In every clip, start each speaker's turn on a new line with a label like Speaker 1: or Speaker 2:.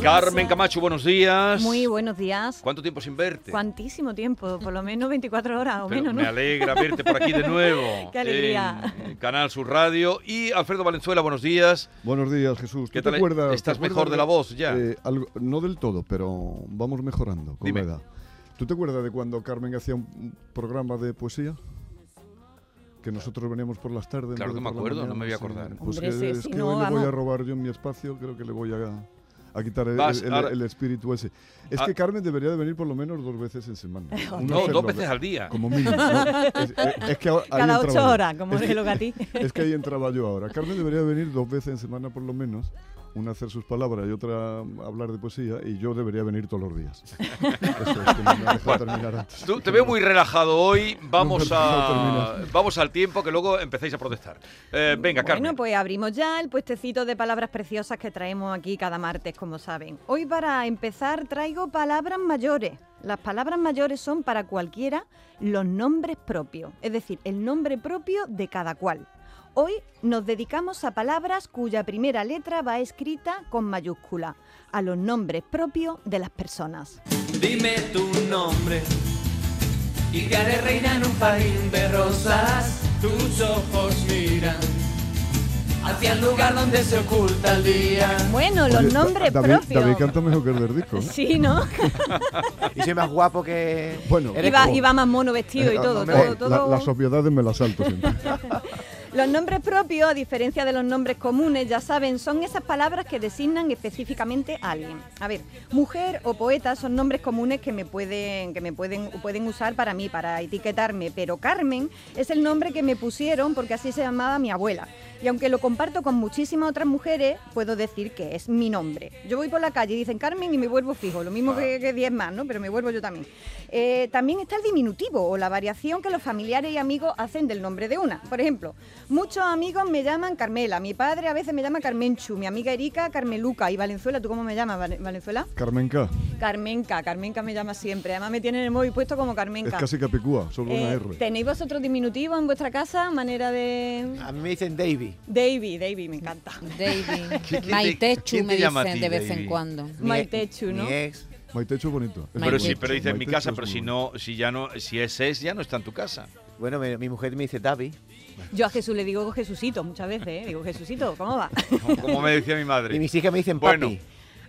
Speaker 1: Carmen Camacho, buenos días.
Speaker 2: Muy buenos días.
Speaker 1: ¿Cuánto tiempo sin verte?
Speaker 2: Cuantísimo tiempo, por lo menos 24 horas o
Speaker 1: Pero
Speaker 2: menos, ¿no?
Speaker 1: Me alegra verte por aquí de nuevo.
Speaker 2: Qué alegría.
Speaker 1: en, eh, Canal Sur Radio. Y Alfredo Valenzuela, buenos días.
Speaker 3: Buenos días, Jesús.
Speaker 1: ¿Qué
Speaker 3: ¿Tú
Speaker 1: tal?
Speaker 3: ¿Te acuerdas, te
Speaker 1: ¿Estás
Speaker 3: acuerdas
Speaker 1: mejor de la voz ya?
Speaker 3: eh, algo- no del todo, pero vamos mejorando con
Speaker 1: Dime.
Speaker 3: la edad. ¿Tú te acuerdas de cuando Carmen hacía un programa de poesía? Que nosotros veníamos por las tardes. en
Speaker 1: Claro
Speaker 3: vez de
Speaker 1: que me
Speaker 3: por la
Speaker 1: acuerdo,
Speaker 3: mañana,
Speaker 1: no me voy a
Speaker 3: sí.
Speaker 1: acordar.
Speaker 3: Pues
Speaker 2: Hombre, sí,
Speaker 3: es
Speaker 2: sí,
Speaker 3: que
Speaker 2: no,
Speaker 3: hoy le voy
Speaker 2: vamos.
Speaker 3: a robar yo mi espacio, creo que le voy a, a quitar el,
Speaker 1: Vas,
Speaker 3: el-
Speaker 1: ahora-
Speaker 3: el espíritu ese. Es
Speaker 1: Ah.
Speaker 3: que Carmen debería de venir por lo menos dos veces en semana. Una
Speaker 1: No,
Speaker 3: hacer
Speaker 1: dos
Speaker 3: lo
Speaker 1: veces
Speaker 3: que-
Speaker 1: al día.
Speaker 3: Como mínimo. ¿no? Es, eh, es- es que ahora- ahí
Speaker 2: Cada
Speaker 3: entraba
Speaker 2: ocho
Speaker 3: yo.
Speaker 2: horas, como
Speaker 3: Es que-
Speaker 2: reloj a ti.
Speaker 3: Es que ahí entraba yo ahora. Carmen debería venir dos veces en semana por lo menos. Una a hacer sus palabras y otra a hablar de poesía. Y yo debería venir todos los días. Eso es que no me deja terminar antes.
Speaker 1: Tú- te veo muy relajado hoy. Vamos,
Speaker 3: No, no
Speaker 1: a, vamos al tiempo que luego empecéis a protestar. Eh, venga, Carmen.
Speaker 2: Bueno, pues abrimos ya el puestecito de palabras preciosas que traemos aquí cada martes, como saben. Hoy para empezar traigo palabras mayores. Las palabras mayores son para cualquiera los nombres propios, es decir, el nombre propio de cada cual. Hoy nos dedicamos a palabras cuya primera letra va escrita con mayúscula, a los nombres propios de las personas.
Speaker 4: Dime tu nombre y te haré reina en un jardín de rosas. Tus ojos miran hacia el lugar donde se oculta el día.
Speaker 2: Bueno, los
Speaker 3: Oye, Da-
Speaker 2: nombres
Speaker 3: David,
Speaker 2: propios.
Speaker 3: David canta mejor que el del disco. ¿eh?
Speaker 2: Sí, ¿no?
Speaker 5: Y soy más guapo que.
Speaker 3: Bueno.
Speaker 5: Eres
Speaker 2: Iba,
Speaker 5: como-
Speaker 2: iba más mono vestido y
Speaker 5: Eh,
Speaker 2: todo,
Speaker 5: no,
Speaker 3: Eh,
Speaker 2: todo,
Speaker 5: no,
Speaker 2: todo.
Speaker 3: la- las obviedades me las salto siempre.
Speaker 2: Los nombres propios, a diferencia de los nombres comunes, ya saben, son esas palabras que designan específicamente a alguien. A ver, mujer o poeta son nombres comunes que me pueden que me pueden pueden usar para mí, para etiquetarme, pero Carmen es el nombre que me pusieron porque así se llamaba mi abuela. Y aunque lo comparto con muchísimas otras mujeres, puedo decir que es mi nombre. Yo voy por la calle y dicen Carmen y me vuelvo fijo, lo mismo que, que 10 más, ¿no? Pero me vuelvo yo también. Eh, también está el diminutivo o la variación que los familiares y amigos hacen del nombre de una. Por ejemplo, muchos amigos me llaman Carmela, mi padre a veces me llama Carmenchu, mi amiga Erika Carmeluca y Valenzuela, ¿tú cómo me llamas, Vale- Valenzuela?
Speaker 3: Carmen K.
Speaker 2: Carmenca, Carmenca me llama siempre, además me tienen el móvil puesto como
Speaker 3: Es
Speaker 2: Carmenca.
Speaker 3: casi capicúa, solo una
Speaker 2: Eh,
Speaker 3: R.
Speaker 2: ¿Tenéis vosotros diminutivo en vuestra casa? Manera de...
Speaker 3: Ah.
Speaker 5: A mí me dicen Davy.
Speaker 2: Davy, Davy, me encanta.
Speaker 1: ¿Qui- quién
Speaker 6: David.
Speaker 1: te-
Speaker 6: Maitechu
Speaker 1: quién te
Speaker 6: me
Speaker 1: llama a
Speaker 6: dicen
Speaker 1: ti,
Speaker 6: de vez
Speaker 1: David?
Speaker 6: en cuando.
Speaker 5: Mi
Speaker 2: Maitechu,
Speaker 5: ex-
Speaker 2: ¿no?
Speaker 5: Mi ex.
Speaker 3: Maitecho es bonito. es
Speaker 1: pero
Speaker 3: bonito.
Speaker 1: sí, pero dices mi
Speaker 3: Maitecho
Speaker 1: casa,
Speaker 3: es
Speaker 1: pero
Speaker 3: muy
Speaker 1: si
Speaker 3: bueno.
Speaker 1: no, si ya no, si ese es, ya no está en tu casa.
Speaker 5: Bueno, mi, mi mujer me dice David.
Speaker 2: Yo a Jesús le digo Jesucito muchas veces, ¿eh? digo Jesucito, ¿cómo va?
Speaker 1: Como, como me decía mi
Speaker 5: Y
Speaker 1: madre.
Speaker 5: mis hijas me dicen Papi.
Speaker 1: Bueno.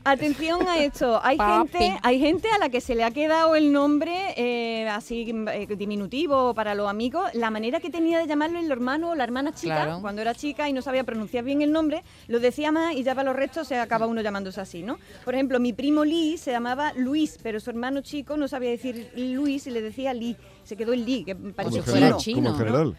Speaker 2: Atención a esto, hay
Speaker 6: Papi.
Speaker 2: gente, hay gente a la que se le ha quedado el nombre eh, así eh, diminutivo para los amigos, la manera que tenía de llamarlo el hermano o la hermana chica,
Speaker 6: Claro.
Speaker 2: cuando era chica y no sabía pronunciar bien el nombre, lo decía más y ya para los restos se acaba uno llamándose así, ¿no? Por ejemplo, mi primo Lee se llamaba Luis, pero su hermano chico no sabía decir Luis y le decía Lee, se quedó el Lee, que
Speaker 6: Como
Speaker 2: parece
Speaker 3: Como,
Speaker 2: chino.
Speaker 6: si fuera
Speaker 3: general, como
Speaker 6: chino,
Speaker 3: general.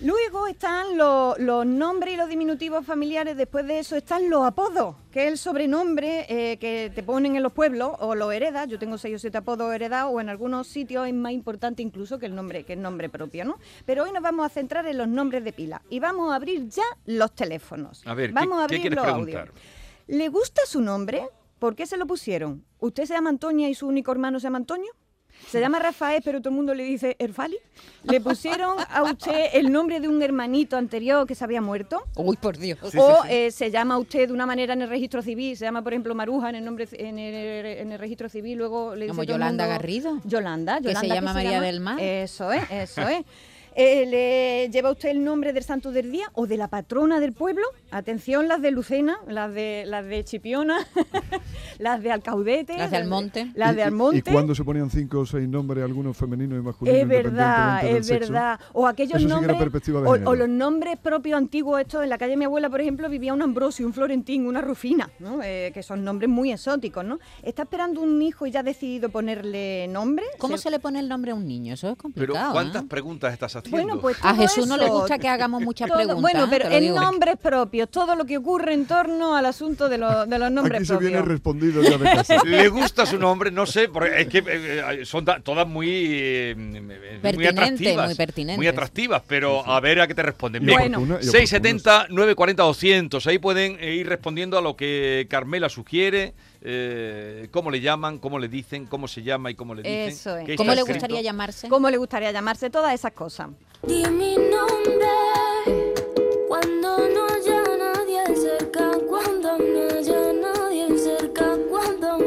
Speaker 2: Luego están lo- los nombres y los diminutivos familiares, después de eso están los apodos, que es el sobrenombre eh, que te ponen en los pueblos o lo heredas. Yo tengo seis o siete apodos heredados o en algunos sitios es más importante incluso que el nombre, que el nombre propio, ¿no? Pero hoy nos vamos a centrar en los nombres de pila y vamos a abrir ya los teléfonos.
Speaker 1: A ver, ¿qué-
Speaker 2: vamos a
Speaker 1: qué
Speaker 2: abrir
Speaker 1: quieres
Speaker 2: los
Speaker 1: preguntar?
Speaker 2: audios. ¿Le gusta su nombre? ¿Por qué se lo pusieron? ¿Usted se llama Antonia y su único hermano se llama Antonio? Se llama Rafael, pero todo el mundo le dice Erfali. ¿Le pusieron a usted el nombre de un hermanito anterior que se había muerto?
Speaker 6: Uy, por Dios.
Speaker 2: o eh, se llama usted de una manera en el registro civil, se llama por ejemplo Maruja en el nombre en el, en el registro civil, luego le dice
Speaker 6: Como
Speaker 2: todo el
Speaker 6: Yolanda
Speaker 2: mundo-
Speaker 6: Garrido.
Speaker 2: Yolanda,
Speaker 6: Que se
Speaker 2: Yolanda
Speaker 6: llama María del Mar.
Speaker 2: Eso es, eso es. Eh, ¿Le lleva usted el nombre del santo del día o de la patrona del pueblo? Atención, las de Lucena, las de las de Chipiona, las de Alcaudete,
Speaker 6: Las de Almonte.
Speaker 2: las
Speaker 3: ¿Y-
Speaker 2: de
Speaker 3: y-
Speaker 2: Almonte.
Speaker 3: ¿Y, cuando se ponían cinco o seis nombres, algunos femeninos y masculinos?
Speaker 2: Es verdad,
Speaker 3: independientemente
Speaker 2: es
Speaker 3: del sexo?
Speaker 2: verdad. O aquellos
Speaker 3: Eso sí que era
Speaker 2: nombres.
Speaker 3: perspectiva de
Speaker 2: o,
Speaker 3: género.
Speaker 2: o los nombres propios antiguos, estos. En la calle de mi abuela, por ejemplo, vivía un Ambrosio, un Florentín, una Rufina, ¿no? Eh, que son nombres muy exóticos, ¿no? Está esperando un hijo y ya ha decidido ponerle nombre.
Speaker 6: ¿Cómo
Speaker 2: Se-
Speaker 6: se le pone el nombre a un niño? Eso es
Speaker 1: Pero
Speaker 6: complicado.
Speaker 1: ¿cuántas
Speaker 6: ¿eh?
Speaker 1: preguntas estás haciendo?
Speaker 2: Bueno, pues.
Speaker 6: A
Speaker 2: todo
Speaker 6: Jesús no le
Speaker 2: eso,
Speaker 6: gusta que hagamos muchas
Speaker 2: todo-
Speaker 6: preguntas.
Speaker 2: bueno,
Speaker 6: ¿eh?
Speaker 2: pero
Speaker 6: Te lo
Speaker 2: en
Speaker 6: digo.
Speaker 2: nombres propios, todo lo que ocurre en torno al asunto de, los- de los nombres
Speaker 3: Aquí se
Speaker 2: propios.
Speaker 3: viene respondido ya de casa.
Speaker 1: ¿Le gusta su nombre? No sé, porque es que eh, eh, son ta- todas muy, eh, muy
Speaker 6: Pertinentes,
Speaker 1: atractivas.
Speaker 6: muy pertinentes.
Speaker 1: muy atractivas, pero a ver a qué te responden.
Speaker 3: Y
Speaker 1: Bien,
Speaker 2: Bueno.
Speaker 3: oportuna- y
Speaker 1: 670 940 200. Ahí pueden eh, ir respondiendo a lo que Carmela sugiere. eh, cómo le llaman, cómo le dicen, cómo se llama y cómo le dicen.
Speaker 2: Eso es.
Speaker 1: qué
Speaker 6: ¿Cómo
Speaker 1: está
Speaker 6: le
Speaker 1: escrito.
Speaker 6: gustaría llamarse?
Speaker 2: ¿Cómo le gustaría llamarse? Todas esas cosas.
Speaker 7: Di mi nombre cuando no haya nadie cerca, cuando no haya nadie cerca, cuando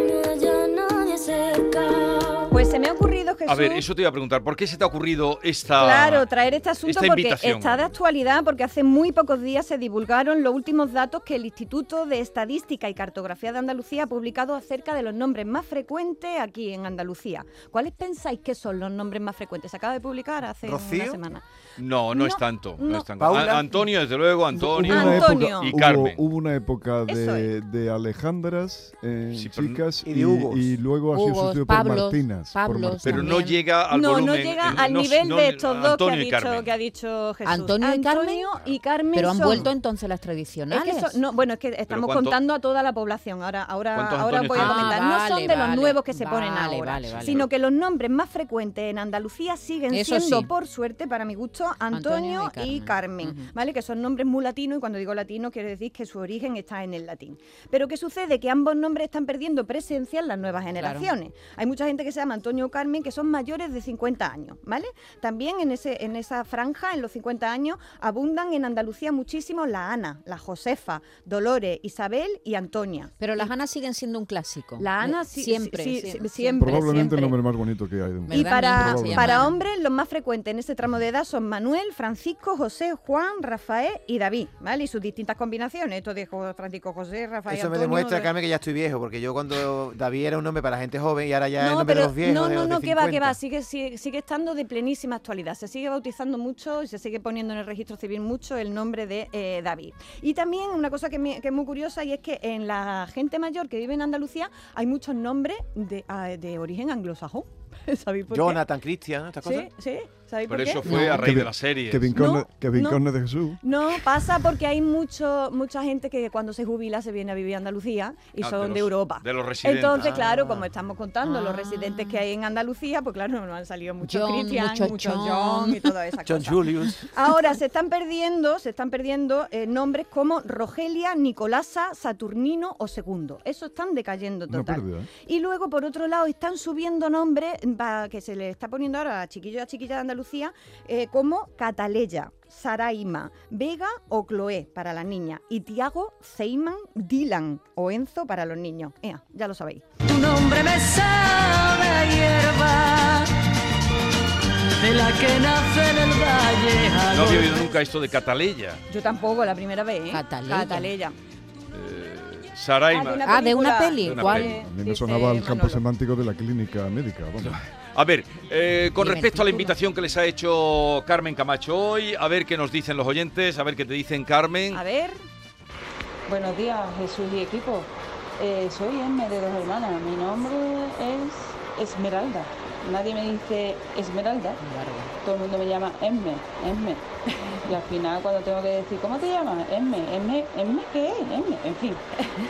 Speaker 2: Pues Bueno, Jesús.
Speaker 1: A ver, eso te iba a preguntar. ¿Por qué se te ha ocurrido esta...
Speaker 2: Claro, traer este asunto
Speaker 1: esta
Speaker 2: porque
Speaker 1: invitación.
Speaker 2: está de actualidad, porque hace muy pocos días se divulgaron los últimos datos que el Instituto de Estadística y Cartografía de Andalucía ha publicado acerca de los nombres más frecuentes aquí en Andalucía. ¿Cuáles pensáis que son los nombres más frecuentes? Se acaba de publicar hace una
Speaker 5: ¿Rocío?
Speaker 2: semana.
Speaker 1: No, no, es
Speaker 2: No,
Speaker 1: tanto. No,
Speaker 2: no.
Speaker 1: es tanto.
Speaker 5: Paula.
Speaker 1: A- Antonio, desde luego, Antonio.
Speaker 2: Hubo una Antonio.
Speaker 3: época-
Speaker 1: Y
Speaker 3: hubo-
Speaker 1: Carmen.
Speaker 3: Hubo, una época
Speaker 2: Eso
Speaker 3: de, de Alejandras, eh,
Speaker 1: Sí, pero no-
Speaker 3: chicas,
Speaker 5: Y de Hugos.
Speaker 3: y luego ha sido
Speaker 6: Hugos,
Speaker 3: sustituido por
Speaker 6: Pablos,
Speaker 3: Martinas. por
Speaker 6: Pablos
Speaker 3: Martinas.
Speaker 1: Pero no
Speaker 6: También.
Speaker 1: llega al
Speaker 2: no,
Speaker 1: volumen.
Speaker 2: no llega
Speaker 1: eh,
Speaker 2: al
Speaker 1: no-
Speaker 2: nivel
Speaker 1: no-
Speaker 2: de estos dos que ha,
Speaker 1: Antonio y
Speaker 2: dicho,
Speaker 1: Carmen.
Speaker 2: que ha dicho Jesús.
Speaker 6: ¿Antonio y Carmen?
Speaker 2: Antonio y Carmen
Speaker 6: Pero han
Speaker 2: son-
Speaker 6: vuelto entonces las
Speaker 2: Es que
Speaker 6: tradicionales.
Speaker 2: eso- no, bueno, es que estamos
Speaker 1: cuánto-
Speaker 2: contando a toda la población. Ahora, ahora,
Speaker 1: ¿Cuántos
Speaker 2: ahora
Speaker 1: Antonios
Speaker 2: voy a
Speaker 1: tiene?
Speaker 2: comentar.
Speaker 6: Ah,
Speaker 2: no
Speaker 6: vale,
Speaker 2: son de los
Speaker 6: vale,
Speaker 2: nuevos que se ponen
Speaker 6: vale,
Speaker 2: ahora,
Speaker 6: vale, vale.
Speaker 2: sino que los nombres más frecuentes en Andalucía siguen
Speaker 6: Eso
Speaker 2: siendo,
Speaker 6: sí.
Speaker 2: por suerte, para mi gusto, Antonio,
Speaker 6: Antonio
Speaker 2: y Carmen,
Speaker 6: y Carmen. Ujú.
Speaker 2: ¿vale? Que son nombres muy latinos y cuando digo latino quiero decir que su origen está en el latín. Pero ¿qué sucede? Que ambos nombres están perdiendo presencia en las nuevas generaciones. Hay mucha gente que se llama Antonio o Carmen que son mayores de 50 años, ¿vale? También en, ese, en esa franja, en los 50 años, abundan en Andalucía muchísimo la Ana, la Josefa, Dolores, Isabel y Antonia.
Speaker 6: Pero las Anas siguen siendo un clásico.
Speaker 2: La Ana sí-
Speaker 6: siempre.
Speaker 2: sí- sí-
Speaker 6: siempre.
Speaker 2: siempre.
Speaker 3: Probablemente
Speaker 2: siempre.
Speaker 3: el nombre más bonito que hay. de un-
Speaker 2: Y
Speaker 6: ¿Verdad?
Speaker 2: para,
Speaker 3: Mismo se llama
Speaker 2: para
Speaker 6: Ana.
Speaker 2: hombres, los más frecuentes en este tramo de edad son Manuel, Francisco, José, Juan, Rafael y David, ¿vale? Y sus distintas combinaciones, esto de Jo- Francisco, José, Rafael,
Speaker 5: Eso me
Speaker 2: Antonio,
Speaker 5: demuestra,
Speaker 2: de-
Speaker 5: Carmen, que ya estoy viejo, porque yo cuando David era un nombre para la gente joven y ahora ya es el
Speaker 2: No,
Speaker 5: nombre
Speaker 2: pero,
Speaker 5: de los viejos.
Speaker 2: no,
Speaker 5: de
Speaker 2: no,
Speaker 5: los de
Speaker 2: no, que va, que va,
Speaker 5: 50.
Speaker 2: sigue, sigue, sigue estando de plenísima actualidad. Se sigue bautizando mucho y se sigue poniendo en el registro civil mucho el nombre de eh, David. Y también una cosa que, me- que es muy curiosa y es que en la gente mayor que vive en Andalucía hay muchos nombres de, ah, de origen anglosajón. ¿Sabéis por
Speaker 5: Jonathan, Christian, estas
Speaker 2: qué? Sí,
Speaker 5: cosas.
Speaker 2: sí, ¿sabéis
Speaker 1: Pero
Speaker 2: por
Speaker 1: eso
Speaker 2: qué?
Speaker 1: fue
Speaker 6: No.
Speaker 1: a raíz de
Speaker 3: Kevin-
Speaker 1: la serie.
Speaker 3: Kevin
Speaker 2: No,
Speaker 3: Corner- Kevin
Speaker 2: no.
Speaker 3: Corner de Jesús.
Speaker 2: No, pasa porque hay mucho, mucha gente que cuando se jubila se viene a vivir a Andalucía y
Speaker 1: Ah,
Speaker 2: son de,
Speaker 1: los-
Speaker 2: Europa.
Speaker 1: De los residentes.
Speaker 2: Entonces,
Speaker 5: Ah.
Speaker 2: claro, como estamos contando, los
Speaker 6: Ah.
Speaker 2: residentes que hay en Andalucía, pues claro, no han salido muchos
Speaker 6: John,
Speaker 2: Cristian,
Speaker 6: mucho
Speaker 2: muchos
Speaker 6: John.
Speaker 2: John y toda esa
Speaker 5: John
Speaker 2: cosa.
Speaker 5: Julius.
Speaker 2: Ahora se están perdiendo, se están perdiendo eh, nombres como Rogelia, Nicolasa, Saturnino o Segundo. Eso están decayendo
Speaker 3: Una
Speaker 2: total.
Speaker 3: pérdida. ¿eh?
Speaker 2: Y luego, por otro lado, están subiendo nombres va, que se le está poniendo ahora a chiquillos y a chiquillas de Andalucía, eh, como Cataleya, Saraima, Vega o Chloé para las niñas. Y Tiago, Seyman, Dylan o Enzo para los niños. Ea, ya lo sabéis.
Speaker 4: Tu nombre me sabe a hierba de la que nace en el valle.
Speaker 1: No había oído nunca esto de Cataleya.
Speaker 2: Yo tampoco, la primera vez, ¿eh?
Speaker 6: Cataleya.
Speaker 2: Cataleya.
Speaker 1: Eh, Saraima.
Speaker 6: Ah, de una
Speaker 2: película.
Speaker 6: peli.
Speaker 1: De una
Speaker 6: ¿Cuál?
Speaker 1: peli.
Speaker 3: A mí me
Speaker 2: Dice
Speaker 3: sonaba el campo
Speaker 2: Manolo.
Speaker 3: semántico de la clínica médica. vamos.
Speaker 1: Ah, A ver, eh, con
Speaker 6: Dime el
Speaker 1: respecto a la
Speaker 6: título.
Speaker 1: invitación que les ha hecho Carmen Camacho hoy, a ver qué nos dicen los oyentes, a ver qué te dicen Carmen.
Speaker 2: A ver,
Speaker 8: Buenos días, Jesús y equipo. Eh, soy Emma de dos hermanas. Mi nombre es Esmeralda. Nadie me dice Esmeralda. Todo el mundo me llama Esme, Esme. Y al final cuando tengo que decir, ¿cómo te llamas? Esme, Esme, Esme, ¿qué es? Esme. En fin,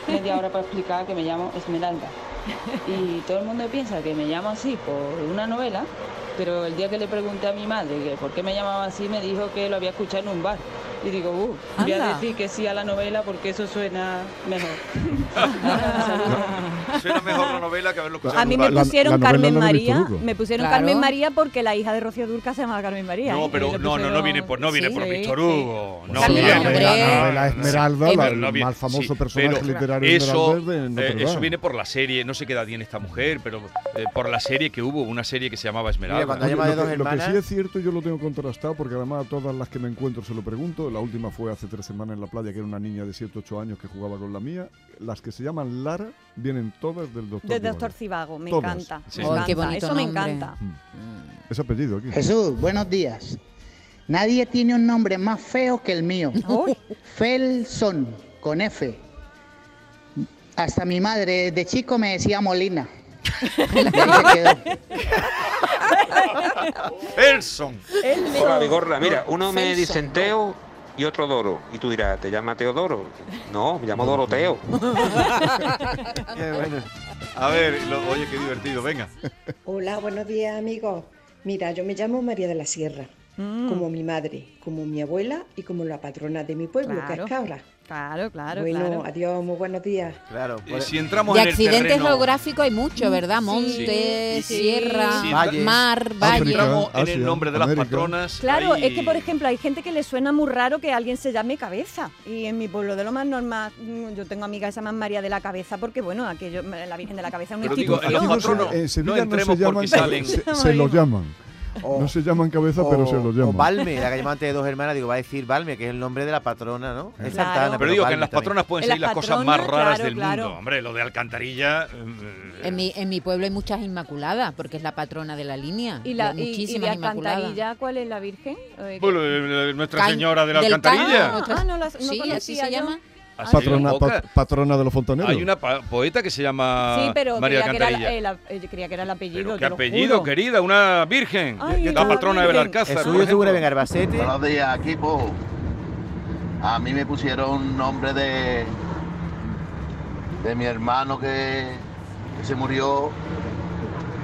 Speaker 8: media hora para explicar que me llamo Esmeralda. Y todo el mundo piensa que me llamo así por una novela, pero el día que le pregunté a mi madre que por qué me llamaba así, me dijo que lo había escuchado en un bar. Y digo, uh, voy a
Speaker 6: Anda.
Speaker 8: decir que sí a la novela porque eso suena mejor.
Speaker 1: Suena mejor la novela que haberlo escuchado.
Speaker 2: a mí
Speaker 1: en un
Speaker 2: me
Speaker 1: bar.
Speaker 3: la- la
Speaker 2: pusieron
Speaker 3: novela
Speaker 2: Carmen
Speaker 3: no la he visto
Speaker 2: María,
Speaker 3: nunca.
Speaker 2: me pusieron
Speaker 6: Claro.
Speaker 2: Carmen María porque la hija de Rocío Durca se llamaba Carmen María. ¿eh?
Speaker 1: No,
Speaker 2: Y
Speaker 1: pero
Speaker 2: le
Speaker 1: no, no, no
Speaker 2: pusieron-
Speaker 1: viene por, no viene
Speaker 2: Sí,
Speaker 1: por
Speaker 2: sí,
Speaker 1: Víctor
Speaker 2: sí.
Speaker 1: Hugo. No,
Speaker 3: Sí,
Speaker 6: Carmen
Speaker 1: viene-
Speaker 3: la
Speaker 6: hombre.
Speaker 3: novela,
Speaker 1: no,
Speaker 3: la novela
Speaker 1: no,
Speaker 3: Esmeralda,
Speaker 1: sí,
Speaker 3: la-
Speaker 1: pero no
Speaker 3: el
Speaker 1: viene-
Speaker 3: más famoso
Speaker 1: sí,
Speaker 3: personaje
Speaker 1: pero
Speaker 3: literario
Speaker 1: eso,
Speaker 3: Esmeralda es de
Speaker 1: eh,
Speaker 3: Notre
Speaker 1: eso
Speaker 3: Dame.
Speaker 1: viene por la serie, no sé qué edad tiene esta mujer, pero eh, por la serie que hubo, una serie que se llamaba Esmeralda.
Speaker 5: cuando
Speaker 3: Oye,
Speaker 5: haya-
Speaker 3: lo,
Speaker 5: llamada de
Speaker 3: que,
Speaker 5: dos
Speaker 3: lo que sí
Speaker 5: hermanas.
Speaker 3: es cierto, yo lo tengo contrastado porque además a todas las que me encuentro se lo pregunto. La última fue hace tres semanas en la playa, que era una niña de 7, 8 años que jugaba con la mía. Las que se llaman Lara vienen todas del doctor.
Speaker 2: Del
Speaker 3: Zhivago.
Speaker 2: doctor Cibago, me
Speaker 3: Todas.
Speaker 2: encanta.
Speaker 1: Sí.
Speaker 2: me
Speaker 1: Oh,
Speaker 6: qué
Speaker 2: encanta,
Speaker 6: bonito
Speaker 2: Eso me
Speaker 6: nombre.
Speaker 2: encanta.
Speaker 3: Mm. Es apellido aquí.
Speaker 9: Jesús, buenos días. Nadie tiene un nombre más feo que el mío.
Speaker 2: Uy,
Speaker 9: Felson, con F. Hasta mi madre de chico me decía Molina. Y ahí se quedó.
Speaker 1: Elson.
Speaker 10: Hola, Vigorra. Mira, uno me dicen Teo y otro Doro. Y tú dirás, ¿te llama Teodoro? No, me llamo Doroteo.
Speaker 5: Qué bueno.
Speaker 1: A ver, lo- oye, qué divertido, venga.
Speaker 11: Hola, buenos días amigos. Mira, yo me llamo María de la Sierra
Speaker 4: Mm.
Speaker 11: como mi madre, como mi abuela y como la patrona de mi pueblo, que
Speaker 2: Claro.
Speaker 11: es Cabra.
Speaker 2: Claro, claro,
Speaker 11: bueno,
Speaker 2: claro.
Speaker 11: adiós, muy buenos días.
Speaker 5: Claro. pues,
Speaker 1: Eh, si entramos
Speaker 6: de
Speaker 1: en el
Speaker 6: accidentes
Speaker 1: terreno-
Speaker 6: geográficos hay mucho, ¿verdad?
Speaker 2: Sí. Sí.
Speaker 6: Monte,
Speaker 2: Sí.
Speaker 6: sierra,
Speaker 1: Sí,
Speaker 6: mar,
Speaker 1: valles.
Speaker 6: mar,
Speaker 1: Si
Speaker 6: valle.
Speaker 1: entramos en el
Speaker 3: Asia,
Speaker 1: nombre de las
Speaker 3: Ah, América.
Speaker 1: patronas.
Speaker 2: Claro,
Speaker 1: hay-
Speaker 2: es que por ejemplo hay gente que le suena muy raro que alguien se llame cabeza. Y en mi pueblo de lo más normal, mm, yo tengo amigas que se llaman María de la Cabeza porque bueno, aquello, mm, la Virgen de la Cabeza es una
Speaker 1: Pero digo, eh, en
Speaker 2: institución.
Speaker 1: los
Speaker 3: Aquí no se-
Speaker 1: patronos
Speaker 3: en Sevilla no, se
Speaker 1: entremos porque
Speaker 3: llaman,
Speaker 1: salen.
Speaker 3: se, se los llaman.
Speaker 12: Oh.
Speaker 3: no se llaman cabeza, pero se los
Speaker 5: O
Speaker 3: llaman.
Speaker 5: Balme, la que llamaba antes de dos hermanas, digo, va a decir Balme, que es el nombre de la patrona, ¿no? Es
Speaker 2: Claro.
Speaker 5: Santana,
Speaker 1: Pero digo que en
Speaker 5: Balme
Speaker 1: las
Speaker 5: también.
Speaker 1: patronas pueden
Speaker 2: En
Speaker 1: salir
Speaker 2: las
Speaker 1: las cosas más
Speaker 2: patronas,
Speaker 1: raras
Speaker 2: claro,
Speaker 1: del
Speaker 2: claro.
Speaker 1: mundo. Hombre, lo de alcantarilla. eh,
Speaker 6: En mi, en mi pueblo hay muchas inmaculadas, porque es la patrona de la línea.
Speaker 2: Y la
Speaker 6: hay
Speaker 2: y- y de
Speaker 6: muchísimas inmaculadas.
Speaker 2: alcantarilla, ¿cuál es la Virgen? Eh,
Speaker 1: bueno, eh, Nuestra
Speaker 6: Can-
Speaker 1: Señora de la
Speaker 6: del Can-
Speaker 1: Alcantarilla.
Speaker 6: Nuestra-
Speaker 2: Ah, no las- no
Speaker 6: sí, así
Speaker 2: conocía yo.
Speaker 6: se llama.
Speaker 1: Así
Speaker 3: Patrona,
Speaker 1: loca.
Speaker 3: pa- patrona de los fontaneros.
Speaker 1: Hay una pa- poeta que se llama
Speaker 2: sí, pero
Speaker 1: María
Speaker 2: creía que, era,
Speaker 1: Alcantarilla.
Speaker 2: eh, la- eh, yo creía que era el apellido.
Speaker 1: Pero
Speaker 2: te
Speaker 1: qué
Speaker 2: lo
Speaker 1: apellido,
Speaker 2: juro.
Speaker 1: querida, una virgen.
Speaker 2: Ay,
Speaker 1: la
Speaker 2: la
Speaker 1: patrona de
Speaker 2: Virgen.
Speaker 1: Belalcázar.
Speaker 5: Jesús,
Speaker 1: por
Speaker 5: yo seguro
Speaker 1: ejemplo.
Speaker 5: en Arbacete.
Speaker 13: Buenos días, equipo. A mí me pusieron nombre de de mi hermano que, que se murió.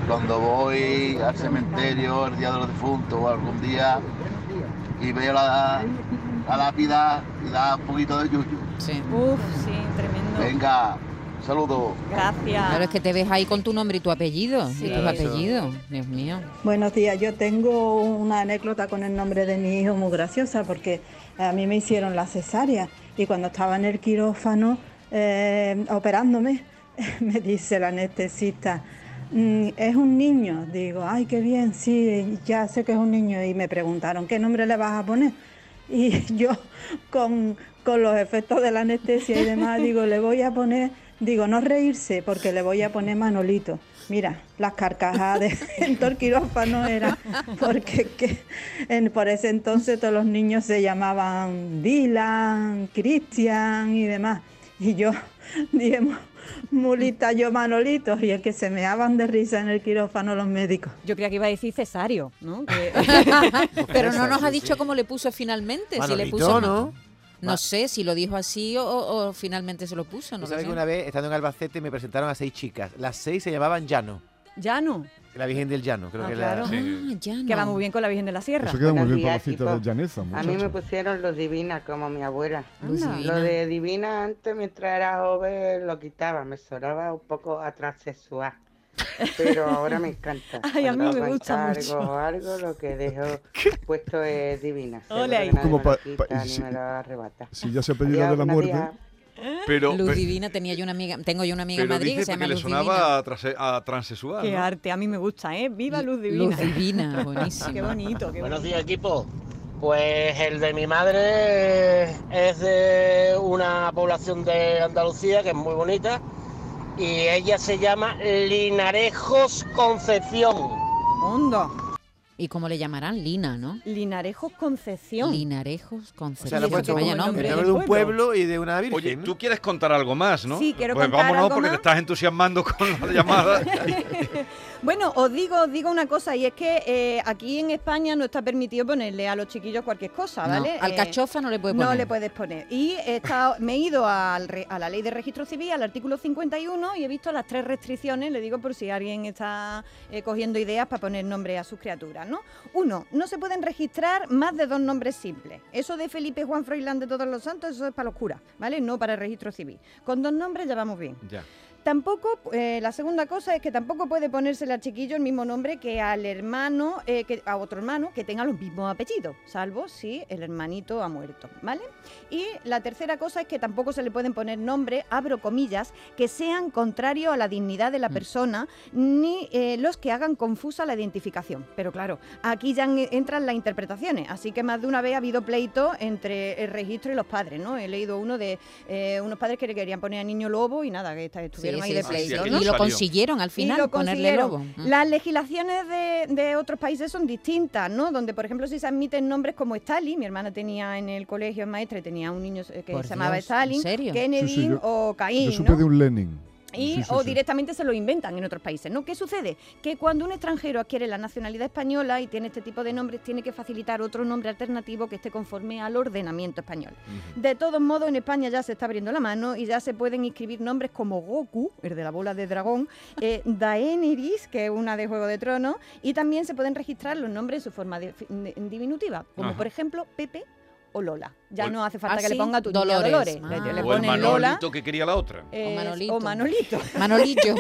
Speaker 13: Cuando voy al cementerio el día de los difuntos o algún día y veo la, la lápida y da un poquito de yuyu.
Speaker 6: Sí.
Speaker 2: Uf, sí, tremendo.
Speaker 13: Venga, un saludo.
Speaker 2: Gracias.
Speaker 6: Claro, es que te ves ahí con tu nombre y tu apellido.
Speaker 2: Sí.
Speaker 6: Y tus
Speaker 2: Claro,
Speaker 6: apellidos. Dios mío.
Speaker 14: Buenos días, yo tengo una anécdota con el nombre de mi hijo muy graciosa porque eh, a mí me hicieron la cesárea y cuando estaba en el quirófano eh, operándome, me dice el anestesista, "Mm, es un niño. Digo, ay, qué bien, sí, ya sé que es un niño. Y me preguntaron, ¿qué nombre le vas a poner? Y yo, con, con los efectos de la anestesia y demás, digo, le voy a poner, digo, no reírse, porque le voy a poner Manolito. Mira, las carcajadas de dentro del quirófano era, porque que, en- por ese entonces todos los niños se llamaban Dylan, Cristian y demás. Y yo dije, "Mu- mulita, yo Manolito, y el que se meaban de risa en el quirófano los médicos.
Speaker 2: Yo creía que iba a decir cesario, ¿no? Que-
Speaker 6: Pero no nos
Speaker 14: sí,
Speaker 6: ha dicho cómo le puso finalmente. si le
Speaker 5: Manolito,
Speaker 6: puso
Speaker 5: ¿no?
Speaker 6: No sé si lo dijo así o, o- o finalmente se lo puso. No
Speaker 5: Tú sabes
Speaker 6: sé.
Speaker 5: que Pues una vez, estando en Albacete, me presentaron a seis chicas. Las seis se llamaban Llano.
Speaker 2: Llano.
Speaker 5: La Virgen del Llano, creo
Speaker 2: Ah,
Speaker 5: que
Speaker 2: claro.
Speaker 5: la...
Speaker 6: Ah, ya no.
Speaker 2: Que va muy bien con la Virgen de la Sierra.
Speaker 3: Eso queda muy
Speaker 12: Buenos
Speaker 3: bien para la
Speaker 12: días,
Speaker 3: cita
Speaker 12: equipo.
Speaker 3: de Llaneza,
Speaker 12: A mí me
Speaker 3: muchacha.
Speaker 12: pusieron los divinas como mi abuela.
Speaker 6: Luz Divina.
Speaker 12: Lo de divina antes, mientras era joven, lo quitaba. Me sonaba un poco atrasexual. Pero ahora me encanta.
Speaker 2: Ay, a mí
Speaker 12: Cuando
Speaker 2: me gusta
Speaker 12: arranco
Speaker 2: mucho.
Speaker 12: algo, algo, lo que dejo puesto es divina.
Speaker 2: Ole
Speaker 12: Seguro que
Speaker 2: ahí.
Speaker 12: nadie
Speaker 3: Como
Speaker 12: me
Speaker 3: pa-
Speaker 12: lo
Speaker 3: pa-
Speaker 12: quita,
Speaker 3: y
Speaker 12: ni
Speaker 3: si-
Speaker 12: me lo arrebata.
Speaker 3: Si ya se ha pedido la
Speaker 12: Adiós,
Speaker 3: de la
Speaker 12: buenos
Speaker 3: muerte.
Speaker 12: días.
Speaker 1: Pero,
Speaker 6: Luz
Speaker 1: pe-
Speaker 6: Divina tenía yo una amiga, tengo yo una amiga en
Speaker 1: pero
Speaker 6: Madrid que
Speaker 1: dice
Speaker 6: se
Speaker 1: porque
Speaker 6: llama
Speaker 1: le
Speaker 6: Luz Divina.
Speaker 1: sonaba a, trase- a transexual.
Speaker 2: Qué
Speaker 1: ¿no?
Speaker 2: arte, a mí me gusta, ¿eh? Viva Luz Divina.
Speaker 6: Luz Divina, buenísimo.
Speaker 2: Qué bonito, qué
Speaker 15: Buenos
Speaker 2: bonito.
Speaker 15: días, equipo. Pues el de mi madre es de una población de Andalucía que es muy bonita y ella se llama Linarejos Concepción.
Speaker 2: Hondo.
Speaker 6: ¿Y cómo le llamarán? Lina, ¿no?
Speaker 2: Linarejos Concepción.
Speaker 6: Linarejos,
Speaker 5: O sea, le
Speaker 6: Concepción.
Speaker 5: he puesto
Speaker 6: que vaya
Speaker 5: el
Speaker 6: nombre.
Speaker 5: nombre de un pueblo y de una virgen.
Speaker 1: Oye, tú quieres contar algo más, ¿no?
Speaker 2: Sí, quiero
Speaker 1: pues
Speaker 2: contar
Speaker 1: vámonos
Speaker 2: algo
Speaker 1: porque te
Speaker 2: más.
Speaker 1: estás entusiasmando con la llamada.
Speaker 2: Bueno, os digo, os digo una cosa, y es que eh, aquí en España no está permitido ponerle a los chiquillos cualquier cosa,
Speaker 6: No,
Speaker 2: ¿vale?
Speaker 6: al
Speaker 2: Eh,
Speaker 6: cachofa no le puede
Speaker 2: No
Speaker 6: poner.
Speaker 2: le puedes poner. Y he estado- me he ido al re- a la ley de registro civil, al artículo 51, y he visto las tres restricciones, le digo por si alguien está eh, cogiendo ideas para poner nombre a sus criaturas, ¿no? Uno, no se pueden registrar más de dos nombres simples. Eso de Felipe Juan Froilán de Todos los Santos, eso es para los curas, ¿vale? No para el registro civil. Con dos nombres ya vamos bien.
Speaker 1: ya.
Speaker 2: Tampoco, eh, la segunda cosa es que tampoco puede ponérsele al chiquillo el mismo nombre que al hermano, eh, que, a otro hermano que tenga los mismos apellidos, salvo si el hermanito ha muerto, ¿vale? Y la tercera cosa es que tampoco se le pueden poner nombres, abro comillas, que sean contrarios a la dignidad de
Speaker 6: Mm.
Speaker 2: la persona, ni eh, los que hagan confusa la identificación. Pero claro, aquí ya en- entran las interpretaciones, así que más de una vez ha habido pleito entre el registro y los padres, ¿no? He leído uno de eh, unos padres que le querían poner a niño lobo y nada, que está,
Speaker 6: Sí,
Speaker 2: estuvieron ahí
Speaker 6: sí,
Speaker 2: de
Speaker 6: sí,
Speaker 2: pleito,
Speaker 6: sí.
Speaker 2: ¿no?
Speaker 6: Y lo
Speaker 1: salió.
Speaker 6: consiguieron al final,
Speaker 2: Y lo
Speaker 6: ponerle
Speaker 2: consiguieron.
Speaker 6: lobo. Mm.
Speaker 2: Las legislaciones de, de otros países son distintas, ¿no? Donde, por ejemplo, si se admiten nombres como Stalin, mi hermana tenía en el colegio en maestra y tenía un niño eh, que
Speaker 6: Por
Speaker 2: se llamaba
Speaker 6: Dios, ¿en
Speaker 2: Stalin,
Speaker 6: serio?
Speaker 2: Kennedy
Speaker 3: Sí, sí, yo-
Speaker 2: o Caín,
Speaker 3: Yo supe
Speaker 2: ¿no?
Speaker 3: de un Lenin.
Speaker 2: Y,
Speaker 3: Sí, sí,
Speaker 2: o
Speaker 3: sí.
Speaker 2: directamente se lo inventan en otros países, ¿no? ¿Qué sucede? Que cuando un extranjero adquiere la nacionalidad española y tiene este tipo de nombres, tiene que facilitar otro nombre alternativo que esté conforme al ordenamiento español. De todos modos, en España ya se está abriendo la mano y ya se pueden inscribir nombres como Goku, el de la bola de dragón, eh, Daenerys, que es una de Juego de Tronos, y también se pueden registrar los nombres en su forma de- de- diminutiva, como
Speaker 1: Ajá.
Speaker 2: por ejemplo Pepe o Lola. Ya
Speaker 1: O el-
Speaker 2: no hace falta
Speaker 6: Ah,
Speaker 2: que le
Speaker 6: sí,
Speaker 2: ponga tu niña
Speaker 6: Dolores.
Speaker 2: Dolores. Le-
Speaker 6: Ah.
Speaker 2: Le,
Speaker 1: o el
Speaker 2: ponen
Speaker 1: Manolito
Speaker 2: Lola.
Speaker 1: que quería la otra.
Speaker 2: eh,
Speaker 6: Manolito.
Speaker 2: O Manolito.
Speaker 6: Manolillo.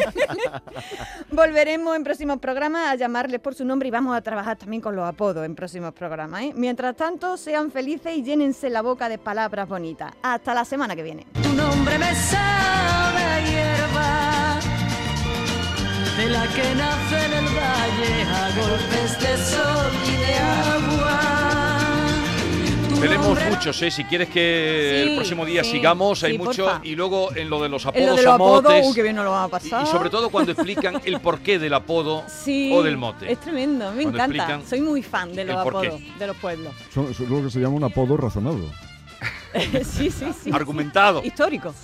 Speaker 2: Volveremos en próximos programas a llamarles por su nombre y vamos a trabajar también con los apodos en próximos programas. ¿eh? Mientras tanto, sean felices y llénense la boca de palabras bonitas. Hasta la semana que viene.
Speaker 4: Tu nombre me sabe a hierba, de la que nace en el valle a golpes de sol y de agua. Tu
Speaker 1: Tenemos
Speaker 4: nombre-
Speaker 1: muchos, ¿eh? Si quieres que
Speaker 2: Sí,
Speaker 1: el próximo día
Speaker 2: sí,
Speaker 1: sigamos, hay
Speaker 2: sí,
Speaker 1: mucho.
Speaker 2: porfa.
Speaker 1: Y luego en lo de los
Speaker 2: En
Speaker 1: apodos
Speaker 2: lo de los apodos,
Speaker 1: amotes,
Speaker 2: uh, qué bien nos lo va a
Speaker 1: y-
Speaker 2: pasar.
Speaker 1: Y sobre todo cuando explican el porqué del apodo
Speaker 2: Sí,
Speaker 1: o del mote.
Speaker 2: Es tremendo, me
Speaker 1: Cuando
Speaker 2: encanta.
Speaker 1: explican
Speaker 2: Soy muy fan de los
Speaker 1: el porqué.
Speaker 2: apodos, de los pueblos.
Speaker 3: Son, es lo que se llama un apodo razonado.
Speaker 2: sí, sí, sí.
Speaker 1: Argumentado.
Speaker 2: Histórico.